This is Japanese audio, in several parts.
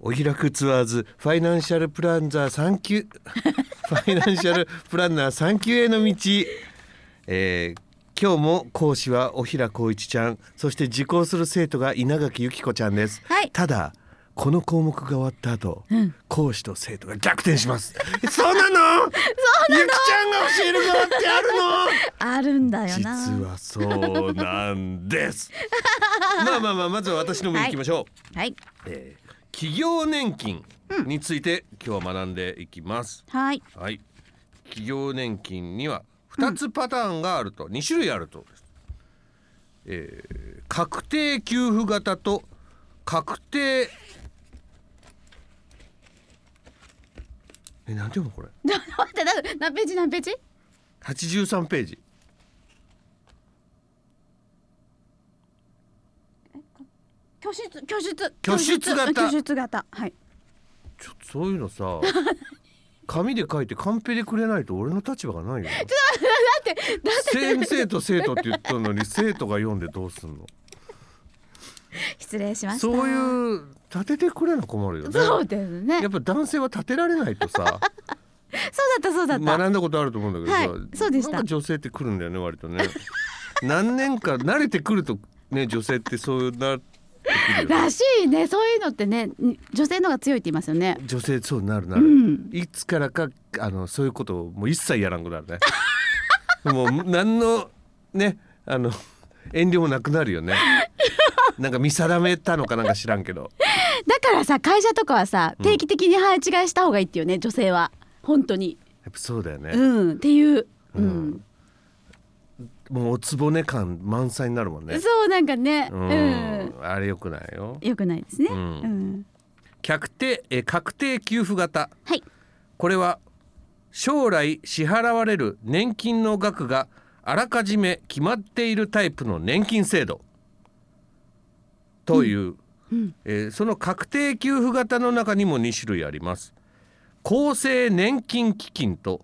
お開くツアーズファイナンシャルプランザー三級ファイナンシャルプランナー三級への道、えー今日も講師はおひらこういちちゃんそして受講する生徒が稲垣由紀子ちゃんです、はいただこの項目が終わった後、講師と生徒が逆転しますえそうなのゆきちゃんが教える側ってあるのあるんだよな実はそうなんですまあまあまあまずは私のも行きましょう、はいえー企業年金について今日は学んでいきます、はい はい企業年金には2つパターンがあると、2種類あるとです、えー確定給付型と確定えなんていうのこれちょっと待ってなんか何ページ何ページ83ページ教室教室居室型教室型はいちょっとそういうの さ紙で書いてカンペでくれないと俺の立場がないよ先生と生徒って言ったのに生徒が読んでどうすんの失礼しましたそういう立ててくれな困るよねそうですねやっぱ男性は立てられないと さそうだったそうだった学んだことあると思うんだけどさ、はいそうでしたなんか女性って来るんだよね割とね 何年か慣れてくるとね女性ってそうなってくるよねらしいねそういうのってねに女性の方が強いって言いますよね女性そうなるなうる、んいつからかあのそういうことをもう一切やらんくなるねもう何のねあの遠慮もなくなるよねなんか見定めたのかなんか知らんけどだからさ会社とかはさ定期的に配置換えした方がいいっていうね女性は本当にやっぱそうだよね、うんっていうううんんもうおつぼね感満載になるもんね。そうなんかねうん、うんあれ良くないよ。良くないですねううんん確定えー確定給付型はいこれは将来支払われる年金の額があらかじめ決まっているタイプの年金制度という、うんえーその確定給付型の中にも2種類あります。厚生年金基金と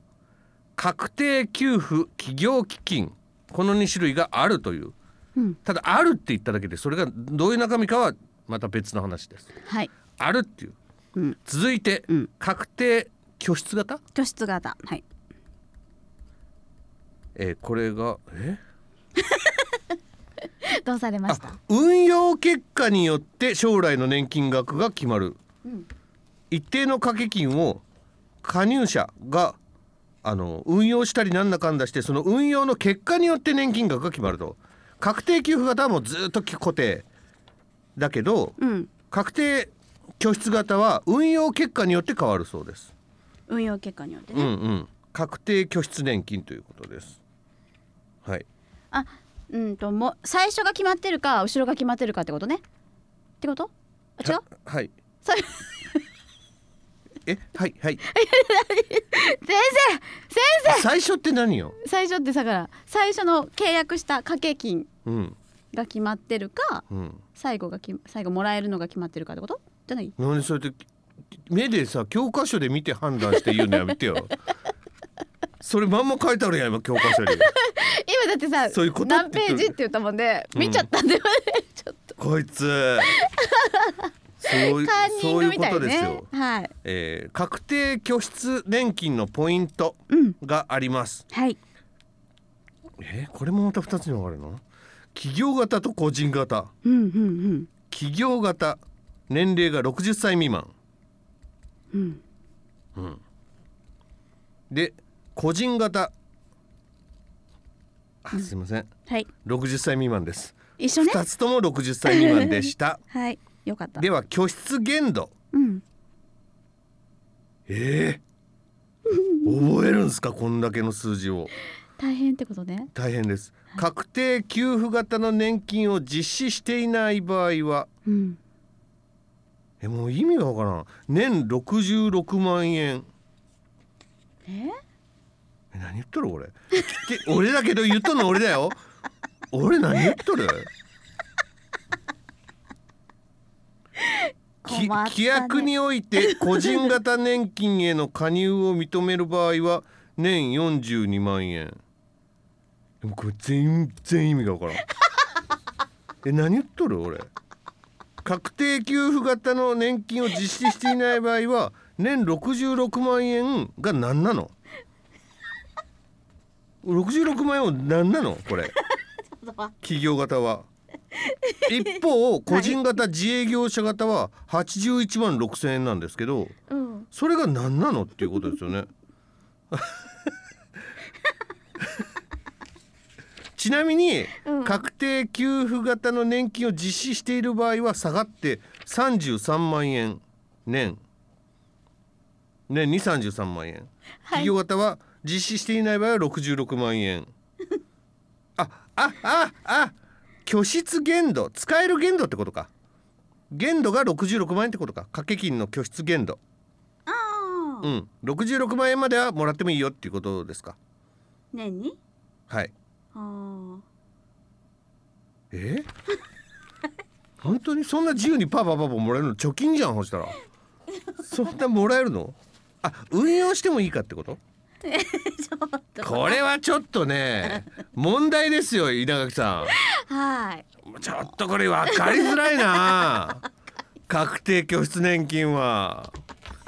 確定給付企業基金この2種類があるといううんただあるって言っただけでそれがどういう中身かはまた別の話です。はいあるっていう、うん続いて、うん確定拠出型、居室型はいえーこれがえどうされまあした運用結果によって将来の年金額が決まる、うん一定の掛け金を加入者があの運用したりなんだかんだしてその運用の結果によって年金額が決まると確定給付型はもうずっと固定だけどうん確定拠出型は運用結果によって変わるそうです運用結果によってうねんうん、確定拠出年金ということです。はい。あうんともう最初が決まってるか後ろが決まってるかってことねってことあ違うはい。そうえ、はい はい。先生先生最初って何よ。最初ってだから最初の契約した掛け金うんが決まってるかうん。最後がき最後もらえるのが決まってるかってことじゃないなんでそうやって目でさ教科書で見て判断して言うのやめて よ。それまんま書いてあるやん今教科書 に今だってさそういうこと何ページって言ったもんで見ちゃったんだよね、ちょっとこいつそういカンニンそうグいうみこたいとねですよ、はいえー、確定拠出年金のポイントうんがありますはいえーこれもまた2つに分かれるの企業型と個人型うんうん企業型年齢が60歳未満うんうんで個人型あすいませんはい60歳未満です一緒ね2つとも60歳未満でした はいよかったでは拠出限度うんえー、覚えるんですかこんだけの数字を大変ってことね大変です確定給付型の年金を実施していない場合はうんえもう意味がわからん年66万円ええ何言っとる俺きて俺だけど言っとんの俺だよ俺何言っとるき困ったね規約において個人型年金への加入を認める場合は年42万円で もこれ全然意味がわからんえ何言っとる俺確定給付型の年金を実施していない場合は年66万円が何なの66万円は何なのこれ企業型は 一方個人型自営業者型は81万6,000円なんですけどうん、それが何なのっていうことですよ ね。ちなみにうん確定給付型の年金を実施している場合は下がって33万円年年に33万円、はい企業型は実施していない場合は66万円 ああああ拠出限度使える限度ってことか限度が66万円ってことか掛け金の拠出限度ああ、うん、66万円まではもらってもいいよっていうことですか。年にはい。あえ？ 本当にそんな自由にパーパーパーパーもらえるの貯金じゃんそしたら。そんなもらえるの？あ、運用してもいいかって こと？あちょっとこれはちょっとね、問題ですよ稲垣さはいん。ちょっとこれ分かりづらいな。確定拠出年金は、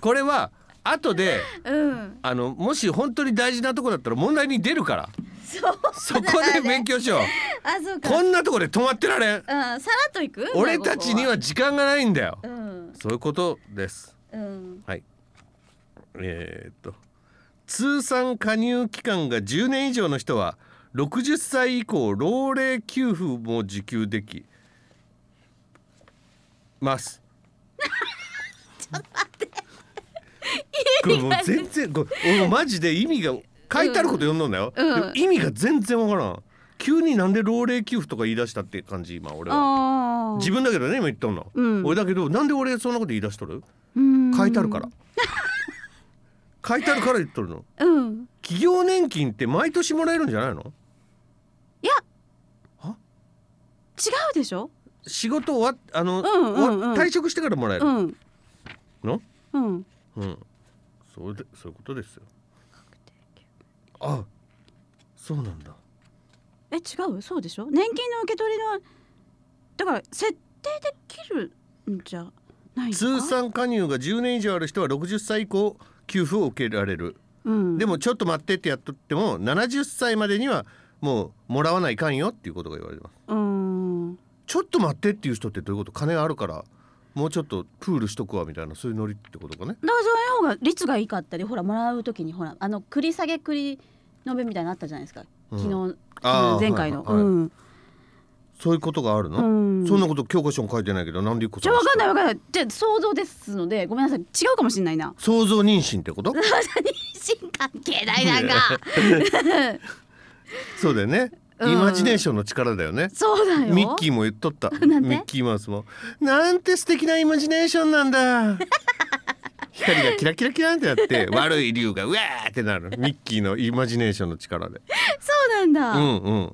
これは後でうんあのもし本当に大事なとこだったら問題に出るから。そうそこで勉強しよう。あそうかこんなとこで止まってられんうん、さらっといく俺たちには時間がないんだようんそういうことですうんはいえーっと通算加入期間が10年以上の人は60歳以降老齢給付も受給でき ますちょっと待ってこれもう全然これ俺マジで意味が書いてあること読んだんだよ、うんでも意味が全然わからん急になんで老齢給付とか言い出したって感じ今俺はああ自分だけどね今言ったの、うん俺だけどなんで俺そんなこと言い出しとる分書いてある から書いてあるから言っとるのうん企業年金って毎年もらえるんじゃないの違うでしょ仕事終わっあの、うんうんうん終わ退職してからもらえるうんのうんうん、そうでそういうことですよあそうなんだえ違うそうでしょ年金の受け取りのだから設定できるんじゃないのか通算加入が10年以上ある人は60歳以降給付を受けられるうんでもちょっと待ってってやっとっても70歳までにはもうもらわないかんよっていうことが言われてますうんちょっと待ってっていう人ってどういうこと金あるからもうちょっとプールしとくわみたいなそういうノリってことかねだからそういう方が率がいいかったりほらもらうときにほらあの繰り下げ繰り延べみたいなのあったじゃないですかうん昨日、あ昨ー日前回の、はいはいはうん、そういうことがあるの、うんそんなこと教科書に書いてないけどなんで一個じゃあわかんないいわかんないじゃあ想像ですのでごめんなさい違うかもしれないな想像妊娠ってこと 妊娠関係ないなんかそうだよね、うんイマジネーションの力だよねそうだよミッキーも言っとった なんでミッキーマウスもなんて素敵なイマジネーションなん だ光がキラキラキランってなって悪い竜がうわーってなるミッキーのイマジネーションの力でそうなんうだ、んうん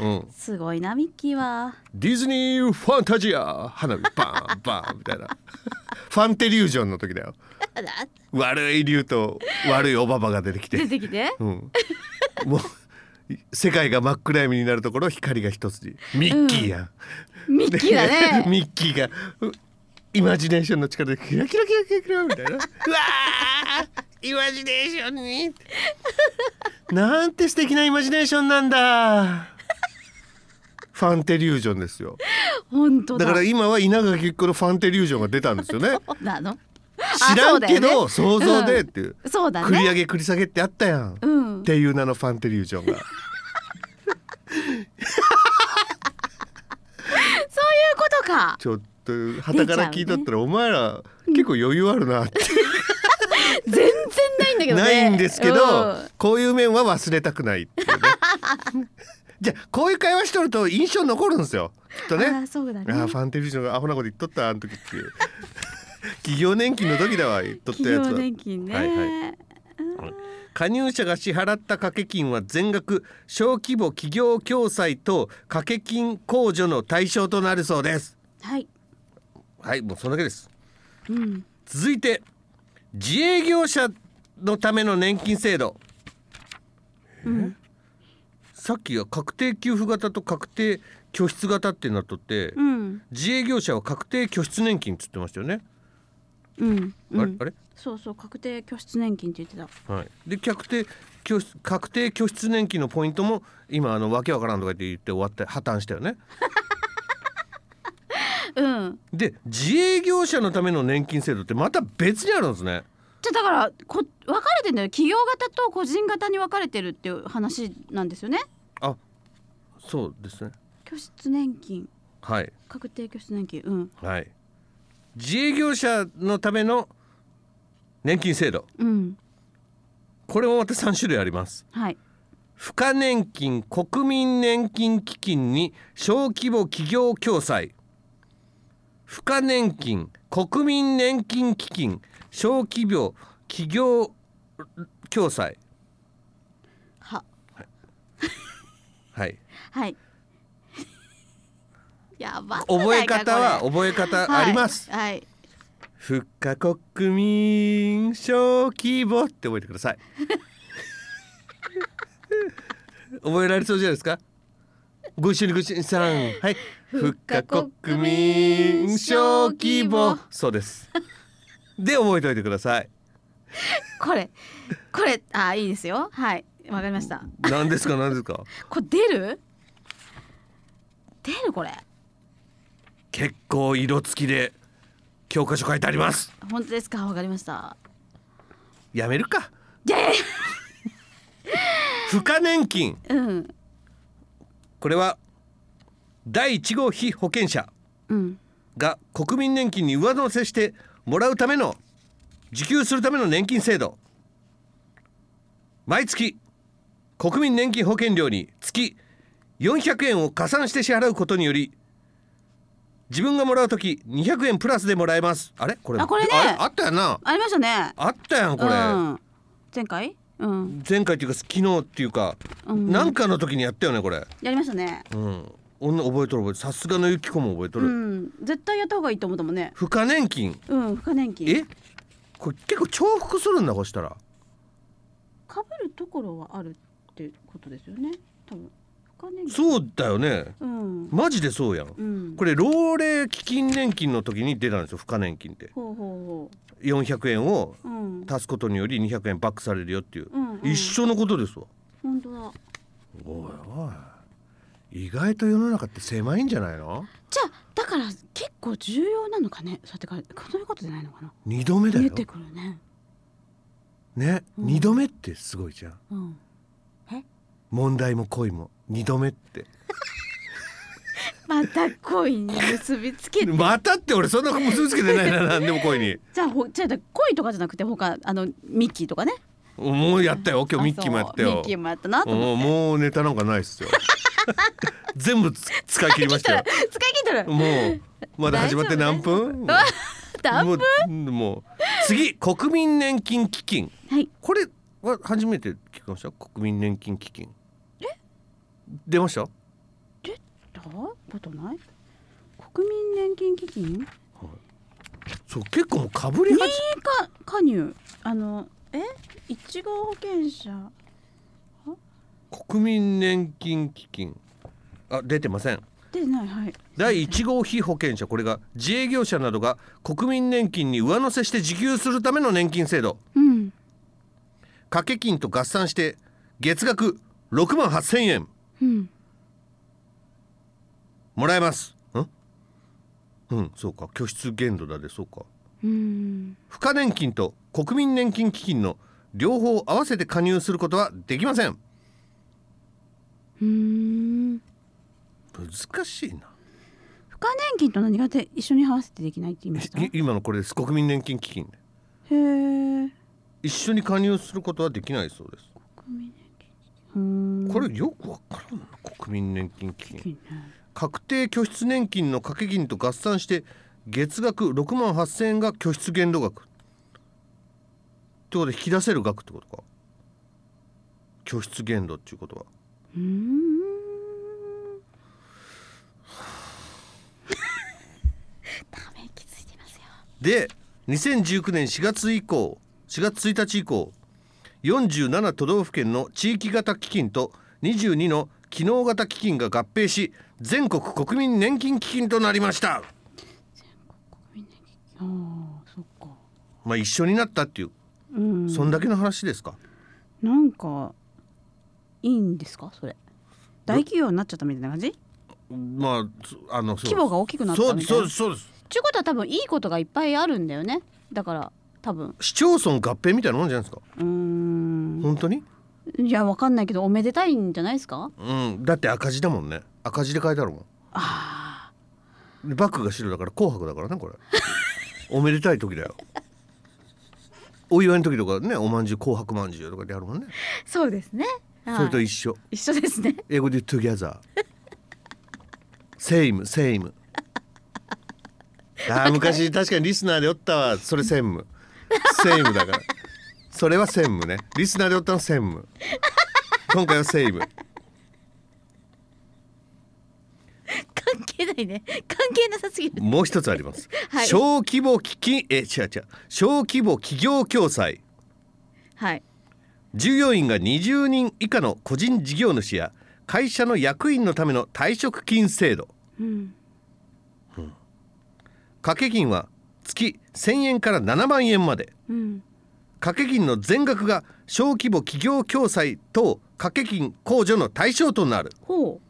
うんすごいなミッキーはディズニーファンタジア花火バンバンみたいなファンテリュージョンの時だよ悪い竜と悪いおばばが出てき出て、てきてうん、もう世界が真っ暗闇になるところ光が一つにミッキーやん、ミッキーだね ミッキーがうイマジネーションの力でキラキラキラキラキラみたいなうわーイマジネーションになんて素敵なイマジネーションなんだファンテリュージョンですよ本当だだから今は稲垣由紀子のファンテリュージョンが出たんですよねなの知らんけど、 あ想そうだよね像でっていう、そうだ繰りね上げ繰り下げってあったやん、っうんていう名のファンテリュージョンがそういうことかちょっと旗から聞いとったら、お前ら結構余裕あるなって、全然ないんだけどねないんですけど、うんこういう面は忘れたくないっていうね じゃあこういう会話しとると印象残るんですよきっとねあーそうだねああファンテリュージョンがアホなこと言っとったあの時って いう企業年金の時だわ言っとった企やつ業は年金ね、はいは加入者が支払った掛け金は全額小規模企業共済と掛け金控除の対象となるそうですはい、はいもうそれだけですうん、続いて自営業者のための年金制度、えさっきが確定給付型と確定拠出型ってなっとって、うん自営業者は確定拠出年金っつってましたよね、うん、うあれんあ、れそうそう確定拠出年金って言ってたはい、で確定拠出確定拠出年金のポイントも今あのわけわからんとか言って終わって破綻したよねうんで自営業者のための年金制度ってまた別にあるんですねじゃあだからこ分かれてんだよ企業型と個人型に分かれてるっていう話なんですよねあそうですね拠出年金はい確定拠出年金うんはい自営業者のための年金制度うんこれもまた3種類ありますはい付加年金国民年金基金に小規模企業共済付加年金国民年金基金小規模企業共済ははいはい やばく覚なえいか方はこ覚えれ方あります、はい、はい復活国民小規模って覚えてください覚えられそうじゃないですかご一緒にご一緒にさんはい復復活活国国民民小小規規模模そうですで覚えておいてくださいこれこれあいいですよはいわかりました何ですか何ですかこれ出る出るこれ結構色付きで教科書書いてあります本当ですかわかりましたやめるかいやいやい付加年金やうんこれは第1号被保険者うんが国民年金に上乗せしてもらうための受給するための年金制度毎月国民年金保険料に月400円を加算して支払うことにより自分がもらうとき200円プラスでもらえますあれこれあこれねああったやんなありましたねあったやんこれ、うん、前回うん、前回っていうか昨日っていうか、うん、なんかの時にやったよねこれやりましたねうん女覚えとる覚えとるさすがのゆき子も覚えとうる、ん絶対やった方がいいと思ったもんね付加年金うん付加年金えこれ結構重複するんだこうしたらかぶるところはあるってことですよね多分付加年金そうだよねうん、マジでそうやんうん、これ老齢基金年金の時に出たんですよ付加年金ってほうほ400円をうほううん足すことにより200円バックされるよっていう、うんうん一緒のことですわ本当だおいおい意外と世の中って狭いんじゃないのじゃあだから結構重要なのかねそうやってかそういうことじゃないのかな二度目だ見えよてくるねね、うん二度目ってすごいじゃんうん問題も恋も二度目ってまた恋に結びつけ てまたって俺そんな結びつけてないな何でも恋にじゃあほじゃあ恋とかじゃなくて他あのミッキーとかねもうやったよ今日ミッキーもやったあそうよミッキーもやったなと思ってうんもうネタなんかないっすよ 全部つ使い切りましたよ使い切ってる。もうまだ始まって何分大ダもブうもうもう次国民年金基金はい。これは初めて聞きました国民年金基金出ましたどうことない？国民年金基金？そう結構もうかぶり任はじ意加加入。あのえ一号保険者。国民年金基金あ出てませんでないはい。第1号被保険者これが自営業者などが国民年金に上乗せして受給するための年金制度うん掛け金と合算して月額6万8千円うんもらえますんうんそうか拠出限度だでそうかうん。付加年金と国民年金基金の両方合わせて加入することはできませんうーん難しいな付加年金と何がで一緒に合わせてできないって言いました。いへ今のこれです国民年金基金え。国一緒に加入することはできないそうです民年金。うーん。これよくわからんな国民年金基金いいね。確定拠出年金の掛け金と合算して月額6万8,000円が拠出限度額ってことで引き出せる額ってことか拠出限度っていうことはうーん。ため息ついてますよ。で2019年4月以降4月1日以降47都道府県の地域型基金と22の機能型基金が合併し全国国民年金基金となりましたああそっかまあ一緒になったっていう、うんそんだけの話ですかなんかいいんですかそれ大企業になっちゃったみたいな感じまあそあのそう規模が大きくなっそたうでみすたいそうなですそうですちゅうことは多分いいことがいっぱいあるんだよねだから多分市町村合併みたいなもんじゃないですかうーん本当にいやわかんないけどおめでたいんじゃないですかうんだって赤字だもんね赤字で書いてあるもあんでバックが白だから紅白だからねこ れおめでたい時だよお祝いの時とかねおまんじゅう紅白まんじゅうとかでやるもんねあそうですねそれと一緒一緒ですね 英語で together same same あー昔 確かにリスナーでおったわそれ専務専務だからそれは専務ねリスナーでおったの専務今回はセイム関係ないね関係なさすぎるもう一つあります、はい小規模基金え違う違う小規模企業共済はい従業員が20人以下の個人事業主や会社の役員のための退職金制度うん掛け金は月1,000円から7万円までうん掛け金の全額が小規模企業共済等掛け金控除の対象となるほう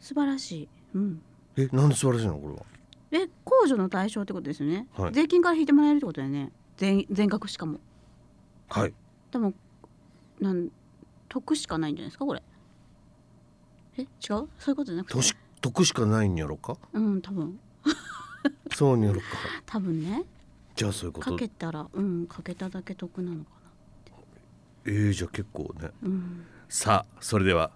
素晴らしいうんえなんで素晴らしいのこれはえ控除の対象ってことですよね、はい税金から引いてもらえるってことだよね全全額しかもはいでもなん得しかないんじゃないですかこれえ違うそういうことじゃなくて年得しかないんやろかうん多分そうにやろか多分ねじゃあそういうこかとけたらうんかけただけ得なのかえー、じゃあ結構ねなうんさあそれでは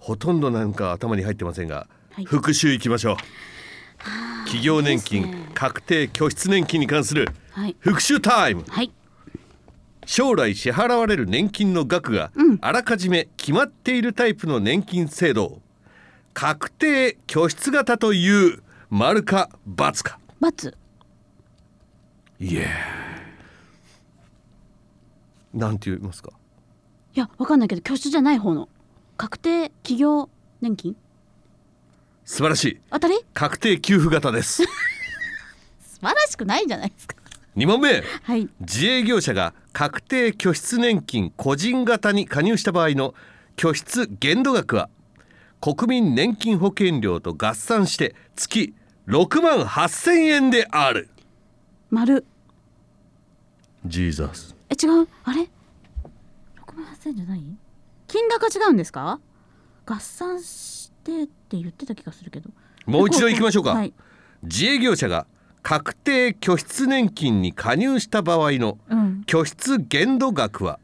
ほとんどなんか頭に入ってませんが、はい復習いきましょう企業年金、いいですね確定拠出年金に関するはい復習タイムはい将来支払われる年金の額がうんあらかじめ決まっているタイプの年金制度を確定拠出型という丸か×か×いえなんて言いますかいやわかんないけど拠出じゃない方の確定企業年金素晴らしい当たり確定給付型です 素晴らしくないんじゃないですか2問目はい自営業者が確定拠出年金個人型に加入した場合の拠出限度額は国民年金保険料と合算して月6万8000円である丸ジーザスえ違うあれ6万8000じゃない金額が違うんですか合算してって言ってた気がするけどもう一度行きましょうか、はい自営業者が確定拠出年金に加入した場合のうん拠出限度額は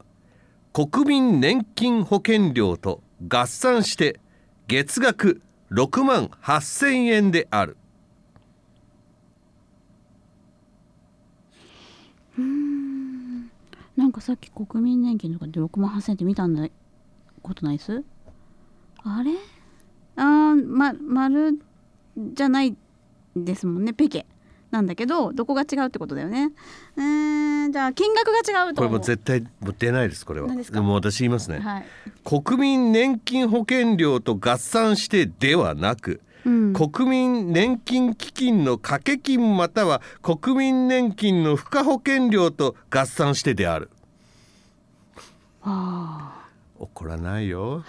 国民年金保険料と合算して月額6万8000円であるなんかさっき国民年金とかで6万8000って見たんだことないっすあれあーま丸じゃないですもんねペケなんだけどどこが違うってことだよねえー、じゃあ金額が違うとこれ思うもう絶対もう出ないですこれは何ですかもう私言いますね、はい、国民年金保険料と合算してではなくうん、国民年金基金の掛け金または国民年金の付加保険料と合算してであるあ怒らないよ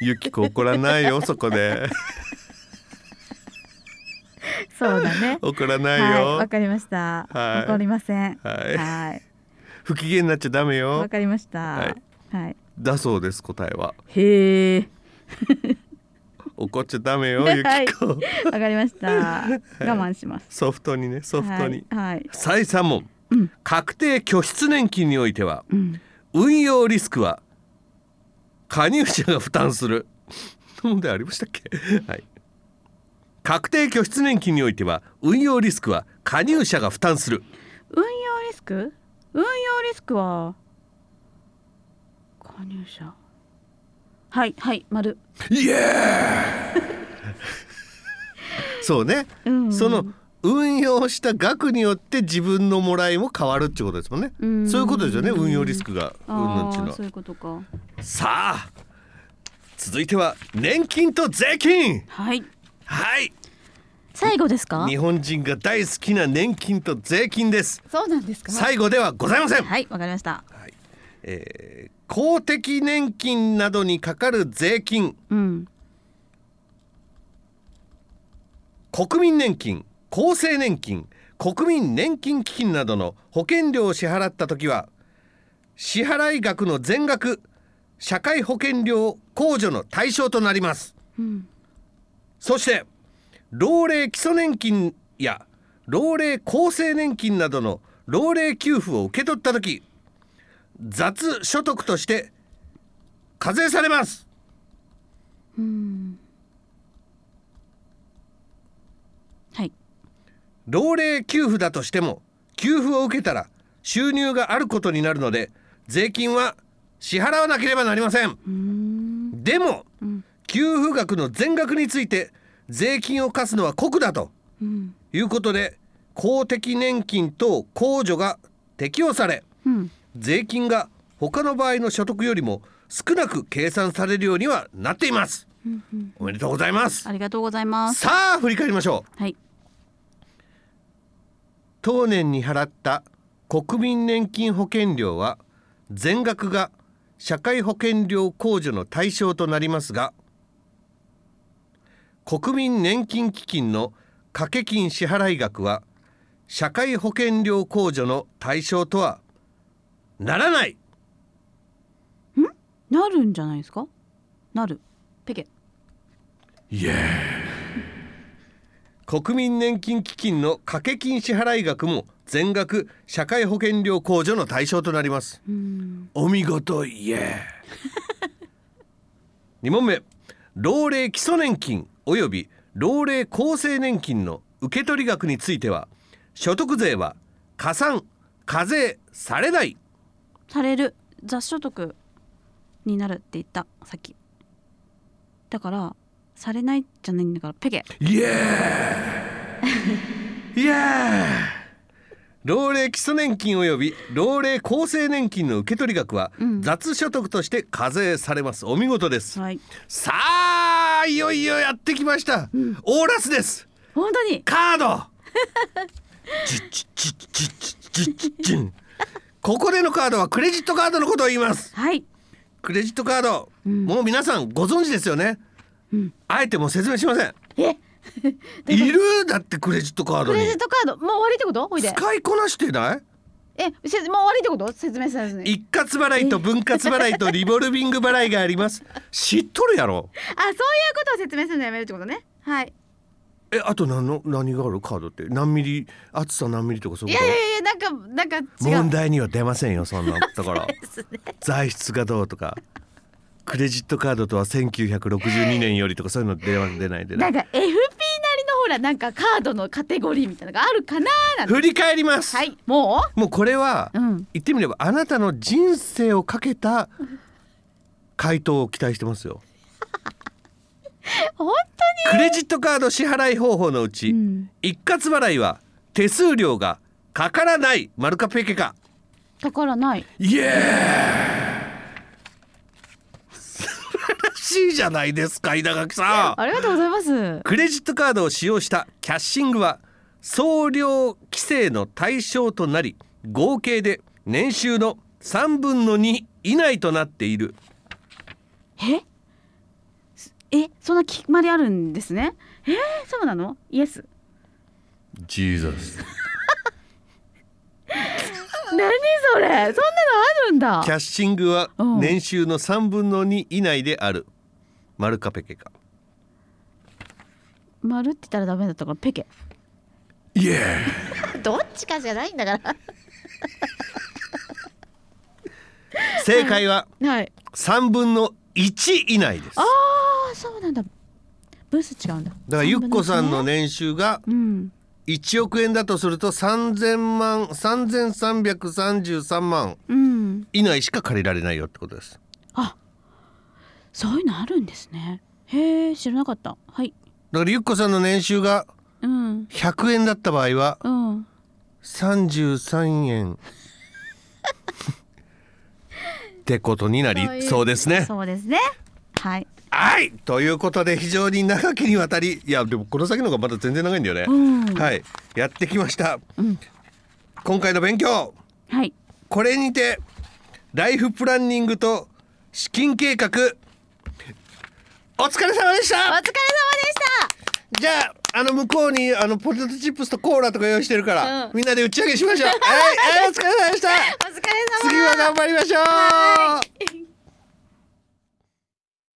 ゆきこ怒らないよそこでいそうだ ね怒らないはいよわかりましはたいわかりませんはいはい不機嫌になっちゃダメわよかりましたはいはいだそうです答えはへえ怒っちゃダメよゆはいきこわかりました我慢しますソフトにねソフトに、はいはい再三問、うん確定拠出年金においてはうん運用リスクは加入者が負担する問題ありましたっけ、はい、確定拠出年金においては運用リスクは加入者が負担する運用リスク運用リスクは加入者はいはい丸イエー そうね、うんその運用した額によって自分のもらいも変わるってことですもんね、うんそういうことですよね運用リスクがうんぬんあっていうのあはそういうことかさあ続いては年金と税金はいはい最後ですか日本人が大好きな年金と税金ですそうなんですか最後ではございません、はいわかりましたえー公的年金などにかかる税金うん国民年金厚生年金国民年金基金などの保険料を支払った時は支払い額の全額社会保険料控除の対象となります、そして老齢基礎年金や老齢厚生年金などの老齢給付を受け取った時雑所得として課税されますはい老齢給付だとしても給付を受けたら収入があることになるので税金は支払わなければなりませんでも、給付額の全額について税金を課すのは国だとうんいうことで公的年金等控除が適用されうん税金が他の場合の所得よりも少なく計算されるようにはなっています、おめでとうございますありがとうございますさあ振り返りましょうはい当年に払った国民年金保険料は全額が社会保険料控除の対象となりますが国民年金基金の掛け金支払い額は社会保険料控除の対象とはならないなるんじゃないですかなるペケ国民年金基金の掛け金支払い額も全額社会保険料控除の対象となりますうんお見事イエ ー2問目老齢基礎年金および老齢厚生年金の受取額については所得税は加算課税されないされる雑所得になるって言ったさっきだからされないじゃないんだからペケイエーイエー老齢基礎年金および老齢厚生年金の受取額は雑所得として課税されますお見事です、はいさあいよいよやってきました、オーラスです本当にカードチッチッチッチッチッチッチンここでのカードはクレジットカードのことを言いますはいクレジットカード、もう皆さんご存知ですよね、あえてもう説明しませんえいるだってクレジットカークドにレジットカードもう終わりってことおいで使いこなしてないえせもう終わりってこと説明せずに一括払いと分割払いとリボルビング払いがあり ます知っとるやろあ、そういうことを説明するのやめるってことね。はい。えあと何の何があるカードって何ミリ厚さ何ミリとかそういいうやこいとやいや、なんか、なんか違う。問題には出ませんよそん なところ材質がどうとかクレジットカードとは1962年よりとかそういうの出ない出ない出なないんか FP なりのほらなんかカードのカテゴリーみたいなのがあるかなーなんて振り返ります、はいももうこれは、ううん言ってみればあなたの人生をかけた回答を期待してますよ本クレジットカード支払い方法のうち、当に、うん、一括払いは手数料がかからない丸かペケかだからないイエーイ素晴らしいじゃないですか稲垣さんありがとうございますクレジットカードを使用したキャッシングは総量規制の対象となり合計で年収の3分の2以内となっているええそんな決まりあるんですねえー、そうなのイエスジーザス何それそんなのあるんだキャッシングはうん年収の3分の2以内である丸かペケか丸って言ったらダメだったからペケイエどっちかじゃないんだかー正解はらはい3分の1以内ですだかああそうなんだブース違うんだらゆっこさんの年収がうん1億円だとすると3000万3333万うん以内しか借りられないよってことですあそういうのあるんですねへえ知らなかったはいだからゆっこさんの年収がうん100円だった場合はうん33円 ってことになりそうですねそうですねはいあはいということで非常に長きにわたりいやでもこの先の方がまだ全然長いんだよね、うんはいやってきました、ん今回の勉強はいこれにてライフプランニングと資金計画お疲れ様でしお疲れ様たでじゃああの向こうにあのポテトチップスとコーラとか用意してるから、うん みんなで打ち上げしましょうはい、はい、お疲れ様でしたしたお疲れ様次は頑張りましょう